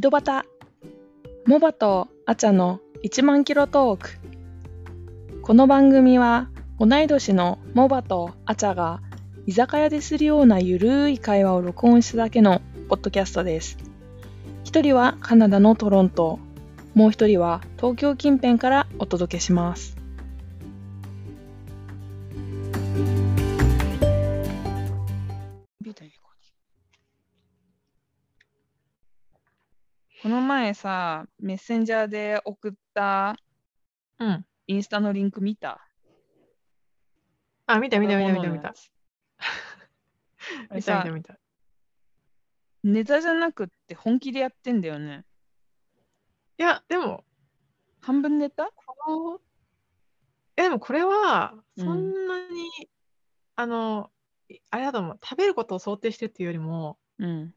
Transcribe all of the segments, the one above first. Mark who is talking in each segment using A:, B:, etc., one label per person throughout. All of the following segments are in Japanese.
A: ドバタモバとアチャの1万キロトークこの番組は同い年のモバとアチャが居酒屋でするようなゆるい会話を録音しただけのポッドキャストです一人はカナダのトロントもう一人は東京近辺からお届けしますこの前さメッセンジャーで送った
B: うん。
A: インスタのリンク見た
B: あ、見た見た見た見た
A: 子供の
B: 見
A: や
B: た。
A: つあれ
B: 見た見
A: さ
B: た見た。
A: ネタじゃなくって本気でやってんだよね
B: いや、でも、
A: 半分ネタ
B: こうえ、でもこれは、
A: うん
B: そんなに、あの、いあれだと思う。食べることを想定してっていうよりも、
A: うん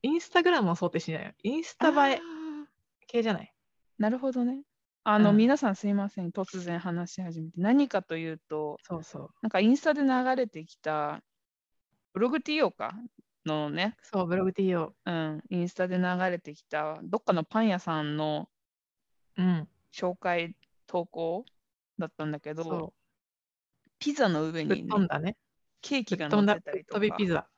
B: インスタグラムを想定してんじゃないインスタ映え
A: あー
B: 系じゃない
A: なるほどねあの、
B: うん
A: 皆さんすいません突然話し始めて何かというと
B: そうそう。
A: なんかインスタで流れてきたブログ TO かのね、
B: そう、ブログ T を。
A: うん、インスタで流れてきたどっかのパン屋さんの
B: うん。
A: 紹介投稿だったんだけど
B: そ
A: ピザの上
B: う。ぶ
A: に
B: っ
A: ね、
B: 飛んだね。
A: ケーキ
B: ぶっ
A: が
B: 飛ん
A: 乗っ
B: だ、
A: てた
B: ぶっ
A: りと
B: 飛び
A: か
B: ピザ。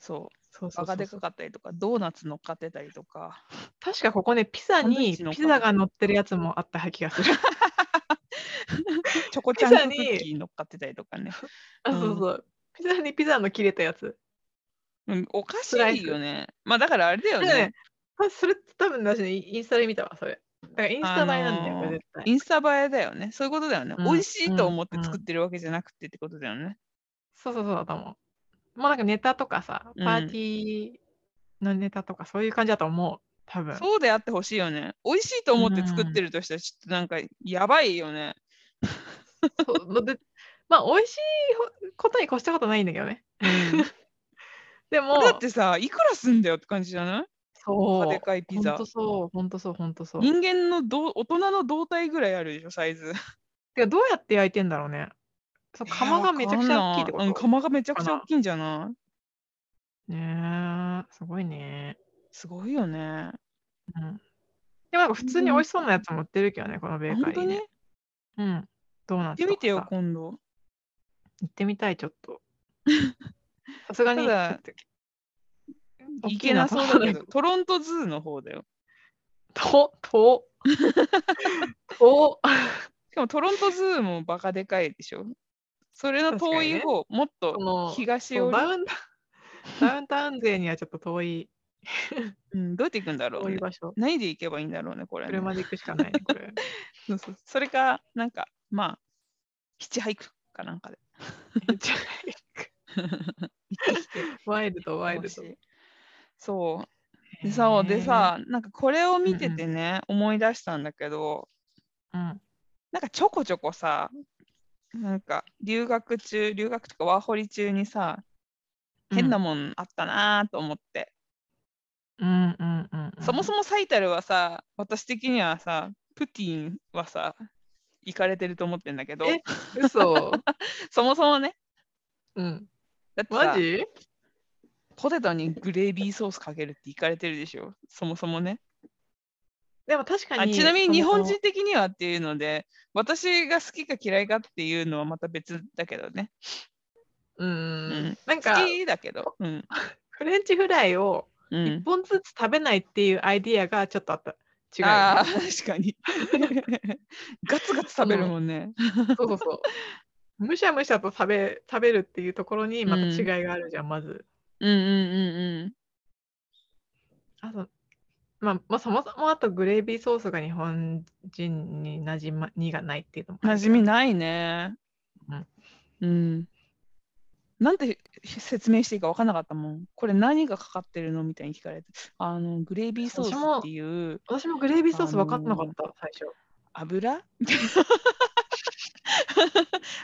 A: そう
B: そうそ
A: バ
B: うそ
A: カ
B: う
A: でかかったりとかドーナツ乗っかってたりとか
B: 確かここね、ピザ
A: サンドイッ
B: に
A: チの
B: ピザが乗ってるやつもあった気がす る。
A: チョコちゃんク
B: ピザに
A: ッキー乗っかってたりとかね、
B: あ、そうそう。ピザにピザの切れたやつ。
A: うん、おかし
B: スライ
A: い
B: ス
A: よねまあだからあれだよ
B: だから
A: ね
B: ね、あそれ多分なしにインスタで見たわ、それ。だからインスタ映えなんだよ、
A: あのー
B: これ絶対。
A: インスタ映えだよねそういうことだよね、
B: うん
A: 美味しいと思って
B: うん
A: 作ってるわけじゃなくてってことだよね
B: そうそうそうだと思う。もうなんかネタとかさ、
A: うん
B: パーティーのネタとか、そういう感じだと思う、多分。
A: そうであってほしいよね美味しいと思って作ってるとしたらちょっとなんかやばいよね、
B: そうでまあ、美味しいことに越したことないんだけどね。
A: うん
B: で
A: こ
B: も、
A: れだってさいくらすんだよって感じじゃない
B: そう、
A: でかいピザ
B: ほんとそう、ほんとそう、ほんとそう。
A: 人間のどう大人の胴体ぐらいあるでしょサイズ
B: てか、どうやって焼いてんだろうね。そう釜がめちゃくちゃ大きいってこ
A: えーわかんないうん、
B: と。
A: 釜がめちゃくちゃ大きいんじゃない
B: ねえ、すごいね。
A: すごいよね。
B: うん。でもなんか普通に美味しそうなやつも売ってるけどね、このベーカ
A: 本
B: リ
A: 当
B: ー
A: に
B: ね
A: 行。
B: うん。ドーナツ
A: って
B: とか
A: み
B: さ
A: てよ、今度。
B: 行ってみたい、ちょっ と。さすがに。
A: ただ
B: ちょっと大き
A: 行けなそうだけ ど、トロントズーの方だよ。
B: と、と、と、
A: しかもトロントズーもバカでかいでしょ。それの
B: 確
A: 遠
B: かに
A: い
B: ね
A: 方、もっと
B: その
A: 東
B: そう
A: 寄り、
B: ダウンタウン、ダウンタウン勢にはちょっと遠い、
A: うん、どうやって行くんだろう、
B: 遠い
A: ね、
B: 場所。
A: 何で行けばいいんだろうね、これね、
B: 車で行くしかないね、これ。
A: そうそうそれか、なんか、まあ、ヒッチハイクかなんかで。行ってきて
B: ワイルド、ワイル
A: ほ
B: ド。
A: しいそう。でさ、でさ、なんかこれを見ててね、思い出したんだけど、
B: へー、
A: なんかちょこちょこさ、なんか留学中、留学とかワーホリ中にさ、
B: うん、
A: 変な
B: も
A: もんあったなと思って、
B: ん。うんうんうんうん、
A: そもそもサイタルはさ、私的にはさ、プティンはさ、行かれてると思ってんだけど、
B: え嘘。
A: そもそもね、
B: うん。
A: だってさ
B: マジ
A: ポテトにグレービーソースかけるって行かれてるでしょ、そもそもね。
B: でも確か
A: あ
B: に。
A: ちなみに日
B: そもそ
A: 本
B: も
A: 人的にはっていうので、私が好きか嫌いかっていうのはまた別だけどね、
B: うん
A: うん
B: なん
A: 好
B: か
A: きだけど、うん。
B: フレンチフライを
A: うん
B: 一本ずつ食べないっていうアイディアがちょっとあった。違う
A: ああ
B: よね、
A: ー確かに ガツガツ食べるもんね、
B: そうそうそう。むしゃむしゃと食べ食べるっていうところにまた
A: うん
B: 違いがあるじゃん、まず。
A: うん、うんうん
B: あと、まあ、まあ、そもそもあとグレービーソースが日本人になじまにがないっていうのもあ
A: 馴
B: るけ
A: 染
B: ど。
A: みないねうん、なんて説明していいか分かんなかったもんこれ何がかかってるのみたいに聞かれてあのグレービーソー
B: 私も
A: スっていう
B: 私もグレービーソース分かんなかった、最初。
A: 油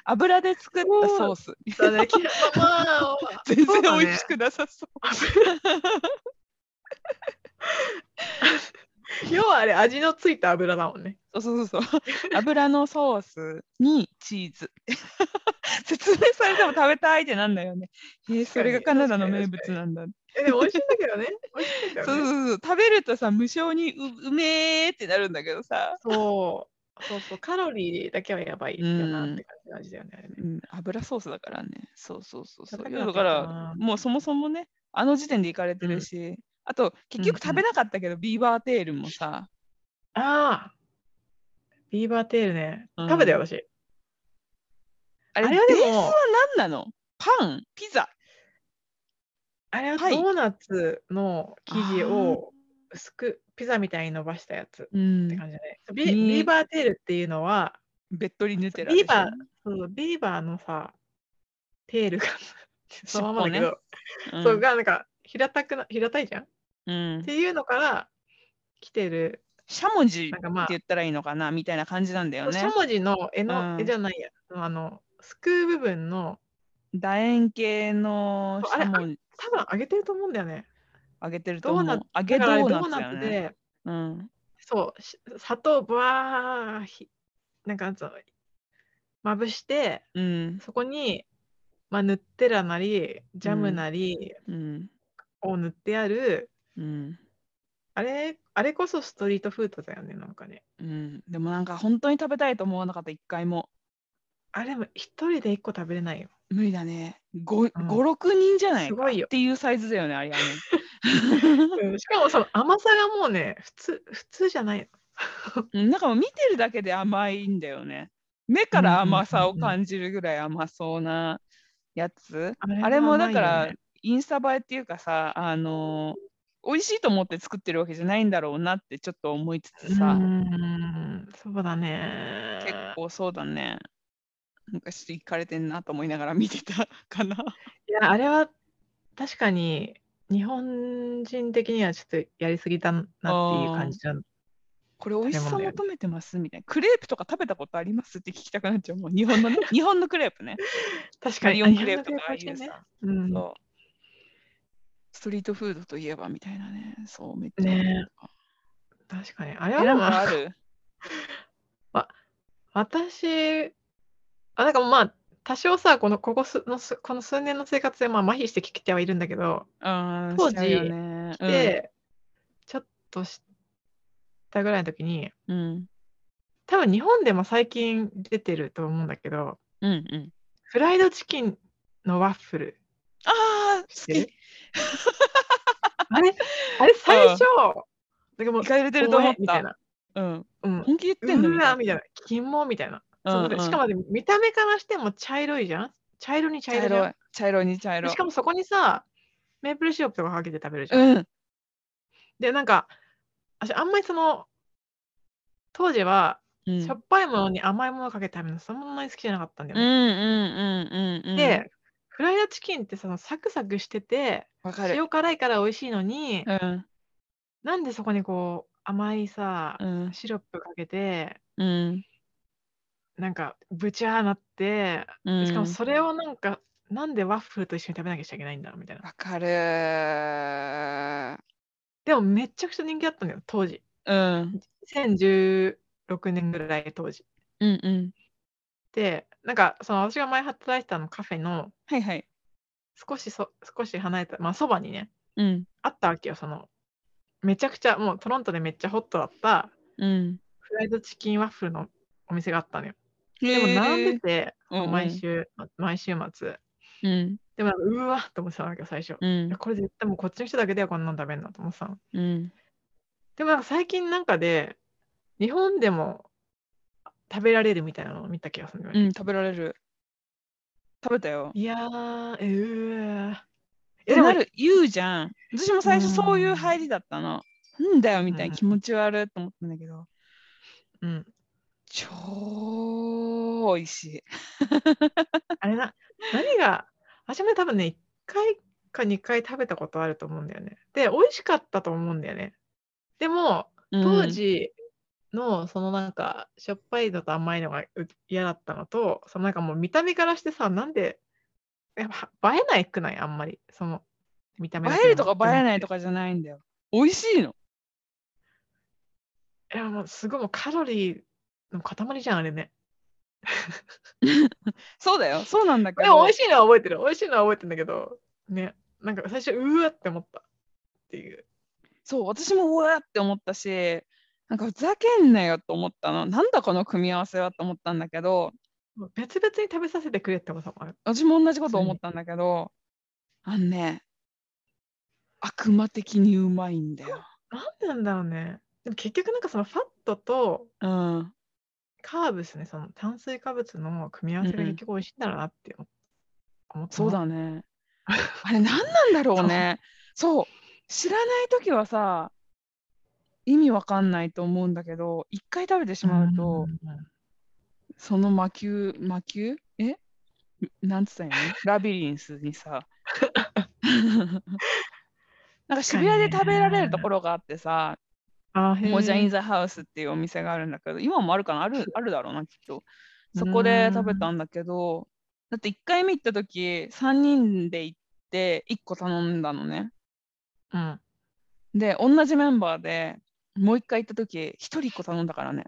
A: 油で作ったソース
B: だね、きまあ、
A: 全
B: そうだ
A: 然
B: ね
A: 美味しくなさそう
B: 要はあれ、味のついた油だもんね。
A: そうそうそうそう油のソースにチーズ 説明されても食べたいってなんだよね。えーそれがカナダの名物なんだ。
B: えでも美味しいんだけどね。美味しいんだけ
A: そう
B: ど
A: そう
B: ね。
A: そう食べるとさ無性にううめーってなるんだけどさ、
B: そう。そうそう。カロリーだけはやばいよなって感じの味だよね。あれね
A: うん、油ソースだからねそうそうそうそう
B: 食
A: い
B: べ
A: や
B: なか
A: だ
B: った
A: か
B: な
A: らもうそもそもねあの時点で行かれてるし、あと結局
B: うんうん
A: 食べなかったけど、ビーバーテールもさ
B: ああ。ビーバーテールね。
A: うん
B: 食べたよ、私。
A: あ
B: あれはでも
A: ベースは何なのパンピザ
B: あれはド
A: はい
B: ーナツの生地を薄くピザみたいに伸ばしたやつっ
A: うん
B: て感じだね。ビ
A: ね
B: ビーバーテールっていうのは、
A: べっとり寝てる
B: ビーバー、そうビーバーのさ、テールが そのままだけど、
A: うん
B: そうがなんか平たくな平たいじゃんっ
A: うん
B: ていうのから来てる、
A: しゃもじ
B: なん
A: って
B: かまあ
A: 言ったらいいのかなみたいな感じなんだよ
B: し
A: ね
B: ゃもじの絵の、
A: うん
B: 絵じゃないや、あの、すくう部分の、
A: 楕円形の
B: そう
A: し
B: あれ
A: ゃもじ
B: 多分揚げてると思うんだよね。
A: あげてると
B: ド
A: 思
B: ーナ
A: う
B: ツ、
A: 揚げ
B: だ
A: ド
B: から
A: ー
B: ドー
A: ナツだ
B: ナ
A: よ
B: ツ
A: ね
B: で、
A: うん
B: そう、し砂糖ぶわーひ、なんかなんつうのまぶして、
A: うん
B: そこに、まあ、塗ってらなり、ジャムなり
A: うん
B: を塗ってある、
A: うん
B: あれ、あれこそストリートフードだよね、なんかね。
A: うん、でもなんか本当に食べたいと思わなかった一回も
B: あれも一人で一個食べれないよ。
A: 無理だね56、
B: うん
A: 5 6人じゃない
B: す
A: か
B: ごいよ
A: っ。ていうサイズだよねあれはね
B: うんしかもその甘さがもうね、普通、普通じゃないの。
A: うんなんかもう見てるだけで甘いんだよね目から甘さを感じるぐらい甘そうなやつ
B: あれ
A: あれも
B: 甘
A: だ
B: いよね
A: からインスタ映えっていうかさあの美味しいと思って作ってるわけじゃないんだろうなってちょっと思いつつさ、
B: うーん、そうだね。
A: 結構そうだねなんかちょっと行かれてんなと思いながら見てたかな。
B: いや、あれは確かに日本人的にはちょっとやりすぎたなっていう感じだ
A: これ美味しさ
B: 食べ物だよね
A: 求めてますみたいな。クレープとか食べたことありますって聞きたくなっちゃう。もう 日本のね、日本のクレープね。
B: 確か
A: マ
B: に。
A: リ
B: あ
A: オンクレ
B: 日
A: ープ
B: 本の
A: とかああいうさ、
B: うん
A: そうストリートフードといえばみたいなね。そう、めっちゃ。
B: ね確かに。あれは
A: え、
B: で
A: なん
B: も
A: かある
B: 私、あ、なんかまあ、多少さ、この、ここすのす、この数年の生活で、まあ、麻痺してきてはいるんだけど、
A: うん、
B: 当
A: し
B: 時
A: ちゃうよね、
B: で、ちょっとしたぐらいの時に、
A: うん、うん。
B: 多分日本でも最近出てると思うんだけど、
A: うんうん。
B: フライドチキンのワッフル。
A: ああ、
B: 知っ
A: 好
B: て
A: き
B: る。 あれ、あれ最初、なんかもう
A: 意、外れてると思っ
B: みたい
A: た。
B: な。
A: うん。
B: うん。
A: 本気で言ってんの
B: うわみたいな。金もみたいな。そうでしか
A: も、
B: もね、見た目からしても茶色いじゃん茶色に茶
A: 茶
B: 色じゃ
A: 色
B: ん
A: い。茶色に茶
B: で
A: 色
B: し。かもそこにさ、メープルシロップとかかけて食べるじゃん。
A: うん。
B: で、なんか、私あんまりその、当時は、
A: うん
B: しょっぱいものに甘いものかけて食べるの、そんなに好きじゃなかったんだよ
A: うんう
B: ね。
A: んうんうんうん。
B: で、フライドチキンってそのサクサクしてて、
A: わかる。
B: 塩辛いから美味しいのに、
A: うん
B: なんでそこにこう、甘いさ、
A: うん
B: シロップかけて、
A: うん
B: なんか、ぶちゃーなって、
A: うん。
B: しかもそれをなんか、なんでワッフルと一緒に食べなきゃいけないんだろうみたいな。
A: わかるー。
B: でもめちゃくちゃ人気だったんだよ、当時。
A: うん。
B: 2016年ぐらい当時。
A: うんうん。
B: で、なんか、その私が前働いてたのカフェの
A: はいはい。
B: 少しそ、少し離れた、まあそばにね、
A: うん。
B: あったわけよ、その、めちゃくちゃ、もうトロントでめっちゃホットだった
A: うん。
B: フライドチキンワッフルのお店があったのよ。
A: で
B: でも並んでて、
A: うんうん
B: 毎週、毎週末。
A: うん
B: でもなんか、うわっと思ってたわけよ、最初。
A: うん
B: これ絶対もうこっちの人だけではこんなの食べんなと思ってたの。
A: うん。
B: でもなんか最近なんかで、日本でも食べられるみたいなのを見た気がするんだよね。
A: うん。食べられる。食べたよ。
B: いやー、えうーえ
A: え、
B: でも
A: なる、言うじゃん。私も最初そういう入りだったの。なんだよみたい
B: うん
A: な気持ち悪いと思ったんだけど、
B: うん、
A: 超美味しい。
B: あれな、何が、私も多分ね、1回か2回食べたことあると思うんだよね。で、美味しかったと思うんだよね。でも、当時のそのなんか、しょっぱいのと甘いのがう嫌だったのと、そのなんかもう見た目からしてさ、なんで、やっぱ映えないくないあんまり、その、見た
A: う
B: 目
A: ん、
B: だ
A: 映
B: け
A: え
B: の
A: るとか映えないとかじゃないんだよ。美味しいの。
B: いやもうすごいもうカロリーの塊じゃんあれね。
A: そうだよ。そうなんだけ
B: でも
A: ど
B: 美味。しいのは覚えてる。美味しいのは覚えてるんだけど、ね、なんか最初、うわって思ったっていう。
A: そう、私もうわーって思ったし、なんかふざけんなよと思ったの。なんだこの組み合わせはと思ったんだけど、
B: もう別々に食べさせてくれってこともある。
A: 私も同じこと思ったんだけど、あのね、悪魔的にうまいんだよ。
B: なんなんだろうね。でも結局なんかそのファットと
A: うん。
B: カーブですね、その炭水化物の組み合わせが
A: うんうん
B: 結局美味しいんだろうなって思った。
A: そうだね。あれ何なんだろうね。そう。知らないときはさ、意味わかんないと思うんだけど、一回食べてしまうと、その魔球、魔球えなんつったんやねラビリンスに さ。なんか渋谷で食べられるところがあってさ、
B: あーへー
A: モジャインザハウスっていうお店があるんだけど、今もあるかなあるあるだろうな、きっと。そこで食べたんだけど、だって1回目行った時、3人で行って1個頼んだのね。
B: うん。
A: で、同じメンバーでもう1回行った時、1人1個頼んだから ね。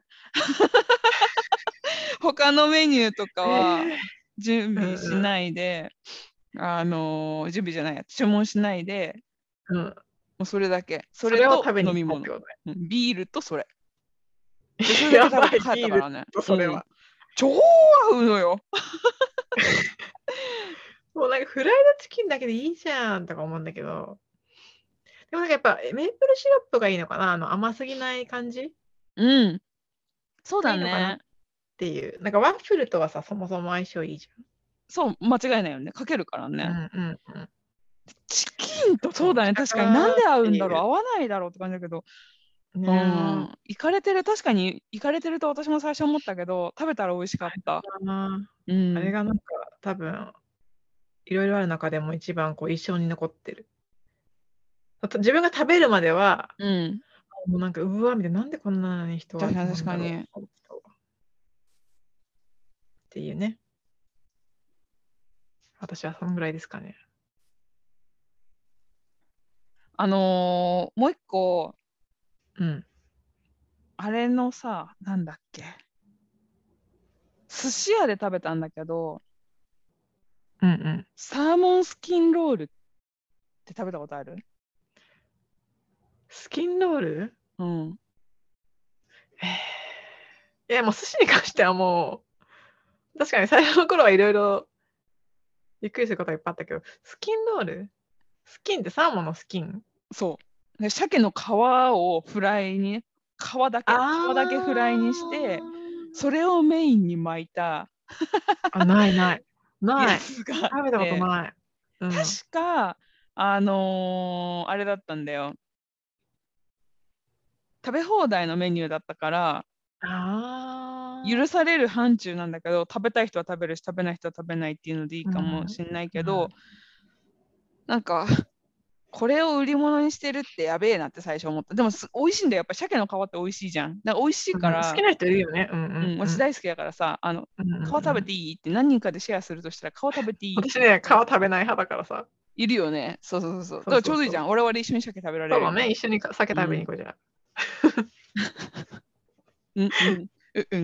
A: 他のメニューとかは
B: えー
A: 準備しないで、あのー準備じゃないや注文しないで
B: うん、
A: もうそれだけそ
B: そ
A: れ
B: れを
A: と
B: 食べに
A: 飲み
B: 行った
A: 物
B: ってこと
A: うんビールとそ れでそ
B: ね。
A: れだ
B: や
A: け食
B: ば
A: べ
B: い、ビ
A: て帰った
B: ー
A: か
B: ル
A: らね
B: とそれは。
A: 超合うのよ
B: もうなんかフライドチキンだけでいいじゃんとか思うんだけど。でもなんかやっぱメープルシロップがいいのかなあの甘すぎない感じっ
A: うんそうだ
B: いいのかな
A: ね
B: ていう。なんかワッフルとはさ、そもそも相性いいじ
A: そう間違いないよねかけるからね、
B: ゃん。うんうんうん。
A: チキンとそうだね確かに
B: だから
A: なんで合うんだろう
B: って
A: 合わないだろうって感じだけど
B: ね
A: う
B: え
A: んいかれてる確かにいかれてると私も最初思ったけど食べたら美味しかった、
B: あ
A: うん、
B: ーあれがなんか多分いろいろある中でも一番こう一生に残ってる。あと自分が食べるまでは
A: うん
B: もうなんかうわみたいななんでこんなに人は
A: 確かに確かに
B: なんだろうっていうね。私はそのぐらいですかね。
A: あのーもう一個
B: うん。
A: あれのさ、なんだっけ。寿司屋で食べたんだけど、
B: うんうん。
A: サーモンスキンロールって食べたことある
B: スキンロール
A: うん。
B: いやもう寿司に関してはもう確かに最初の頃はいろいろびっくりすることがいっぱいあったけどスキンロールスキンってサーモンのスキン
A: そう。で鮭の皮をフライにね、皮だけ、皮だけフライにして、それをメインに巻いた
B: あないないな
A: や
B: い
A: つがあって
B: 食べたことない、うん、
A: 確か、あのーあれだったんだよ。食べ放題のメニューだったから、
B: あー
A: 許される範疇なんだけど食べたい人は食べるし食べない人は食べないっていうのでいいかもしれないけ
B: う
A: ど、
B: ん
A: なんかこれを売り物にしてるってやべえなって最初思ったでもす美味しいんだよやっぱ鮭の皮って美味しいじゃんだから美味しいから、
B: うん好きな人いるよねうんう、
A: うん
B: うん
A: ん、私大好きだからさあの
B: うんうん
A: 皮食べていいって何人かでシェアするとしたら皮食べていい
B: 私ね皮食べない派だからさ
A: いるよねそうそうそうそう
B: そうそうそ
A: だ
B: う
A: からちょうどいいじゃん我々一緒に鮭食べられ
B: そう
A: る
B: だ
A: よ
B: ね一緒に酒食べに行こうじゃん、
A: うんうんう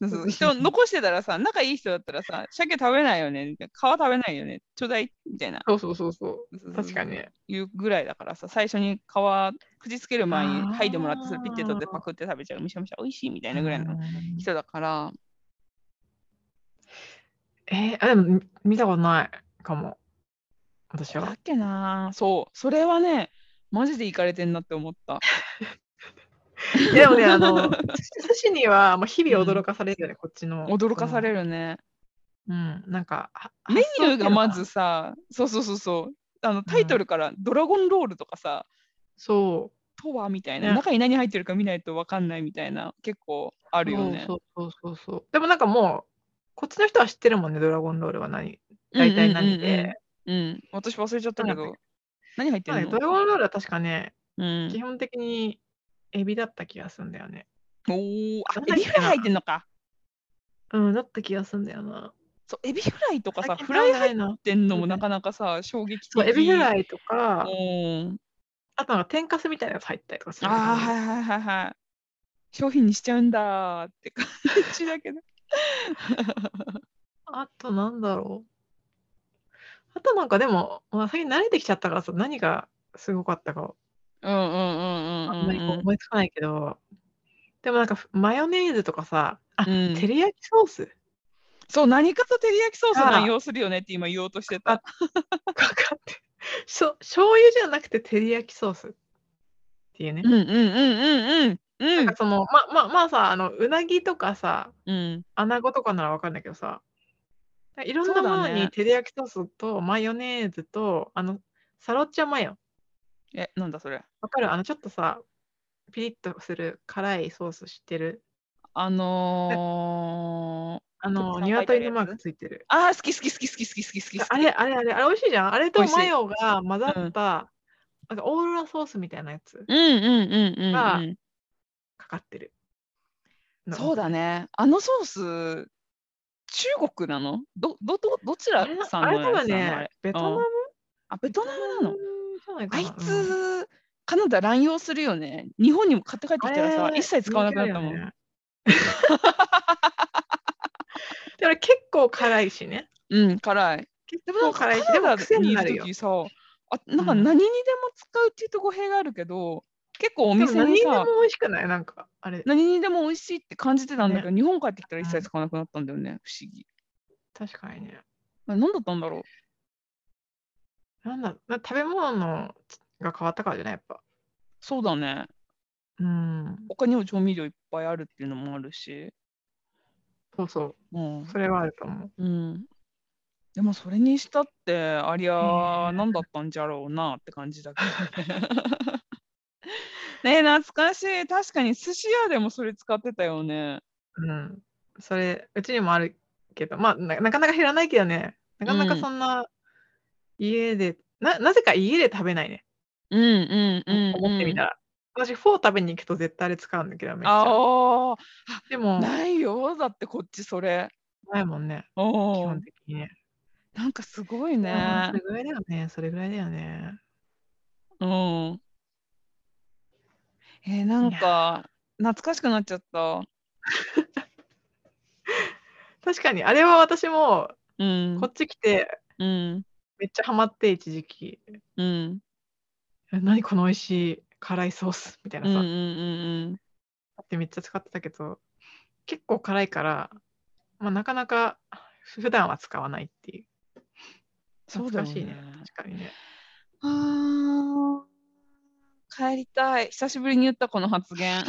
A: うん、そうそう人残してたらさ仲いい人だったらさ鮭食べないよねみたいな皮食べないよねちょうだいみたいな
B: そうそうそうそ
A: そうそう
B: う
A: そう
B: 確かにね
A: いうぐらいだからさ最初に皮口つける前に
B: あー
A: 剥いでもらってそれピッて取ってパクって食べちゃうむしゃむしゃ美味しいみたいなぐらいの
B: うん
A: 人だから
B: えーあでもみ見たことないかも私
A: だ
B: は
A: っけなそうそれはねマジでいかれてんなって思った
B: いやでもね、あ の、寿司にはもう日々驚かされるよね、こっちの。
A: 驚かされるね
B: うん、なんか、は
A: メニューがまず、さそうそうそうそうあのタイトルから「ドラゴンロール」とかさ
B: そう。
A: 「とは」みたいな
B: ね
A: 中に何入ってるか見ないと分かんないみたいな結構あ
B: あ
A: るよね
B: そうそうそうそうそう。でもなんかもう、こっちの人は知ってるもんね、ドラゴンロールは何。
A: うんう
B: 大
A: ん
B: 体何で。
A: うんうんうん私忘れちゃったけ
B: なんだ
A: ど
B: っ
A: 何入って
B: なん
A: る
B: だっけド
A: の
B: ラゴンロールは確かね、
A: うん
B: 基本的にエビだった気がするんだよね。
A: おお、あ
B: そんな
A: エ
B: に
A: ビフライ入ってんのか。
B: うん、だった気がするんだよな。
A: そう、エビフライとかさ、
B: 最近
A: フライ
B: 食べてな
A: 入っ
B: いな。
A: てんのもなかなかさ、衝撃的。
B: そう、エビフ
A: イ。
B: ライとか、
A: うん。
B: あとなんか天かすみたいなやつ入ったりとかする。
A: ああ、はいはいはいはい。商品にしちゃうんだーって感じだけど。
B: あとなんだろう。あとなんかでも、まあ、最近慣れてきちゃったからさ、何がすごかったか
A: うんうんうん
B: あ
A: うん
B: んまりこ
A: う
B: うん思いつかないけど、でもなんかふマヨネーズとかさ、あ、
A: うん
B: 照り焼きソース
A: そう何かと照り焼きソース
B: ああ
A: 乱用するよねって今言おうとしてた
B: あかかって。しょ醤油じゃなくて照り焼きソースっていうね。
A: うんうんうんうんうんう
B: なん
A: ん
B: かその、ま、ま、まあさ、あの、うなぎとかさ、
A: うん
B: アナゴとかならわかんないけどさ、いろん
A: そ
B: な
A: うだ
B: もの
A: ね
B: に照り焼きソースとマヨネーズと、あの、サロッチャマヨ。
A: えなんだそれ
B: わかるあの、ちょっとさ、ピリッとする辛いソース知ってる
A: あの
B: あ
A: ちょっ
B: の、
A: と三杯
B: 鶏のマークついてる。
A: ー、ああ好き好き好き好き好き好き好き
B: あれ、あれ、あれ、あれ美味しいじゃん。あれと
A: 美味しい
B: マヨが混ざった、なんかオーロラソースみたいなやつ
A: うんうんうんうん、
B: が
A: うん、
B: かかってる。
A: そうだ
B: ね。
A: ねあのソース中国なのどどどどちら
B: あれ
A: さん
B: あ
A: の
B: れ多
A: や
B: 分
A: つなのあ
B: ね
A: れ、
B: ベトナ
A: う
B: ム
A: んあベトナムなの
B: じゃないか
A: あ
B: ないうん
A: つ、カナダ乱用するよね。日本にも買って帰ってきたらさ
B: あ、れ
A: 一切使わなくなったも
B: 人
A: ん。
B: 気だよね でも結構辛いしね。
A: うん、辛い。
B: 結
A: でもな
B: 構
A: んか
B: 辛いし、
A: カ
B: で
A: ナ
B: も
A: ダ
B: 癖
A: に
B: に
A: い
B: な
A: る
B: るよ
A: と。きさ、あなんか
B: うん
A: 何にでも使うっていうと語弊があるけど、結構お
B: でも
A: 店
B: 何
A: に
B: にでも、
A: さ
B: 美味しくないなんか、あれ、
A: 何にでも美味しいって感じてたんだけど、日本帰ってきたら一
B: う
A: 切
B: ん
A: 使わなくなったんだよね、不思議。
B: 確かにね。
A: あれ何だったんだろう。
B: なんだ、な食べ物のが変わったからじゃないやっぱ。
A: そうだね。
B: うん。
A: 他にも調味料いっぱいあるっていうのもあるし。
B: そうそうう。
A: ん。
B: それはあると思う。
A: うん、でもそれにしたって、ありゃ
B: ねえ
A: 何だったんじゃろうなって感じだけどね。 ねえ懐かしい確かに寿司屋でもそれ使ってたよね。
B: うん。それ、うちにもあるけど、まあ、ななかなか減らないけどね。なかなかそんな、家で、な、なぜか家で食べないね。
A: うんうんうん、うん、
B: 思ってみたら。私、フォー食べに行くと絶対あれ使うんだけど、めっち
A: あ
B: ゃ。
A: あ
B: でも、
A: ないよだってこっちそれ。
B: ないもん ね。基
A: お
B: 本的にね。
A: なんかすごい
B: うん
A: ね
B: そ。れぐらいだよね。それぐらいだよね。
A: うん。えー、なんか懐かしくなっちゃった。
B: 確かに、あれは私も、
A: うん
B: こっち来て、
A: うん
B: めっちゃハマって、一時期。
A: うん
B: え何この美味しい辛いソースみたい
A: うんう
B: なんさ。
A: うん
B: ってめっちゃ使ってたけど、結構辛いから、まあ、なかなか普段は使わないっていう。
A: そうだよ
B: 懐か
A: ね
B: しいね。確かにね。
A: あー帰りたい久しぶりに言ったこの発 言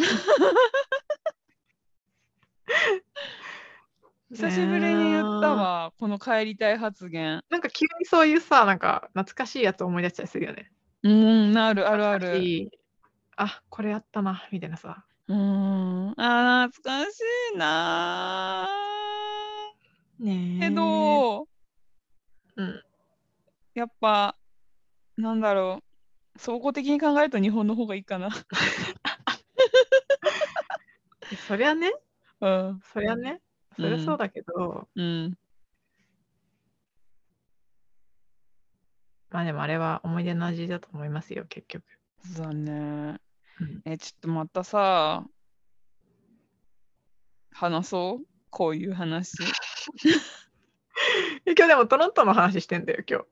A: 久しぶりに言った
B: ね
A: わこの帰りたい発言
B: え。なんか急にそういうさ、なんか懐かしいやつ思い出したりするよね。
A: うんあるあるあ
B: 懐かし
A: る
B: い。あ、これあったな、みたいなさ。
A: うんあー懐かしいな
B: ね
A: ー
B: え。
A: け、ど
B: うん、
A: やっぱなんだろう総合的に考えると日本の方がいいかな
B: そりゃね、
A: うん
B: そりゃね、そりゃそうだけど、
A: うん
B: まあでもあれは思い出の味だと思いますよ、結局。
A: そうだね
B: うん。
A: え、ちょっとまたさ、話そうこういう話。
B: え今日でもトロントの話してんだよ、今日。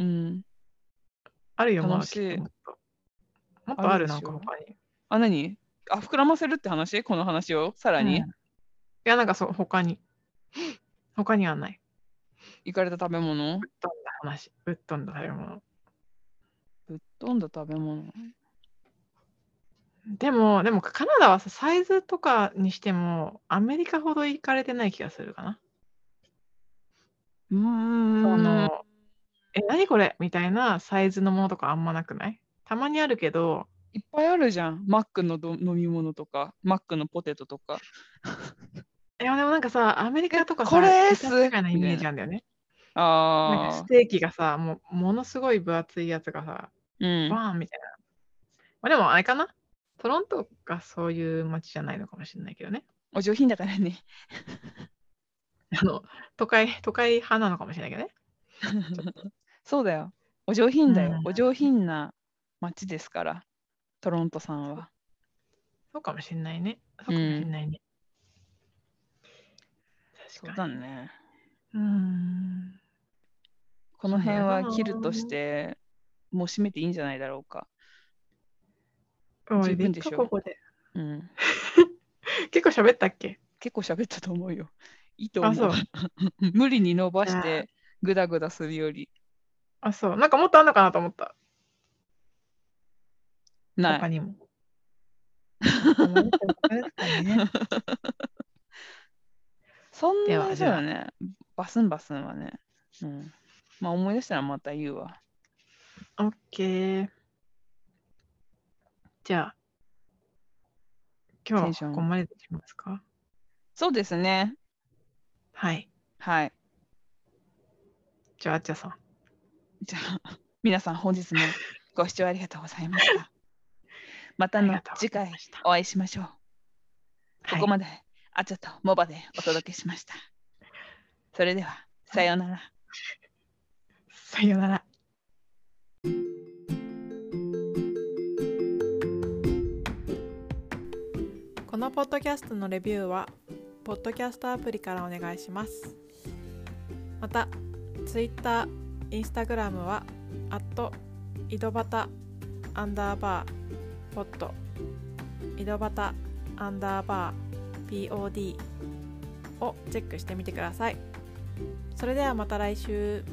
A: うん。
B: あるよ、まだ
A: 楽しい
B: きっともっと。もっとある、なん
A: あるでし
B: か
A: ょ
B: 他に。
A: あ、何あ、膨らませるって話この話をさらに、
B: うんいや、なんかそう、他に。他にはない。
A: 行かれた食べ物
B: ぶっ飛んだ話。ぶっ飛んだ食べ物。
A: ぶっ飛んだ食べ物。
B: でも、でもカナダはさ、サイズとかにしても、アメリカほど行かれてない気がするかな。
A: うーん。
B: その、え、何これみたいなサイズのものとかあんまなくないたまにあるけど、
A: いっぱいあるじゃん。マックのど飲み物とか、マックのポテトとか。
B: いやでもなんかさ、アメリカとかさ、
A: これです
B: ケチャップみたいなイメージなんだよね。なんか
A: ああ
B: ス。テーキがさ、もうものすごい分厚いやつがさ、
A: うん。
B: バーンみたいな。まあ、でもあれかなトロントがそういう街じゃないのかもしれないけどね。
A: お上品だからね。
B: あの、都会、都会派なのかもしれないけどね。
A: そうだよ。お上品だよ。
B: うん
A: お上品な街ですから、トロントさんは。
B: そうかもしれないね。そうかもしれないね。確
A: そ
B: か
A: う
B: に。
A: だね。
B: うん。
A: この辺
B: そうだ
A: は
B: な
A: 切るとして、もう締めていいんじゃないだろうか。
B: お
A: 十
B: い、で
A: 分
B: っ
A: でしょ
B: かここで。
A: うん、
B: 結構喋ったっけ
A: 結構喋ったと思うよ。いいと思。
B: あそうう
A: 無理に伸ばし
B: じゃあ
A: てグダグダするより
B: あ、そう。なんかもっとあんのかなと思った。
A: ない
B: 他。に も。なんかあれですかね
A: そん
B: で
A: な
B: は
A: に
B: じ
A: そう
B: ゃあ
A: だね。バスンバスンはね。うん。まあ思い出したらまた言うわ。
B: オッケー。じゃあ、今
A: テン
B: 日
A: シ
B: は
A: ョン
B: ここまででしますか
A: そうですね。
B: はい。
A: はい。
B: じゃあ、あっちゃさん。
A: じゃあ、皆さん本日もご視聴ありがとうございました。またの
B: あ
A: 次
B: りがとうござい
A: 回
B: ました
A: お会いしましょう。
B: はい
A: ここまで、あちょっとモバでお届けしました。それでは、さようなら。
B: さよなら。
C: このポッドキャストのレビューはポッドキャストアプリからお願いしますまた Twitter、Instagram はアット井戸端アンダーバーポッド井戸端アンダーバー POD をチェックしてみてくださいそれではまた来週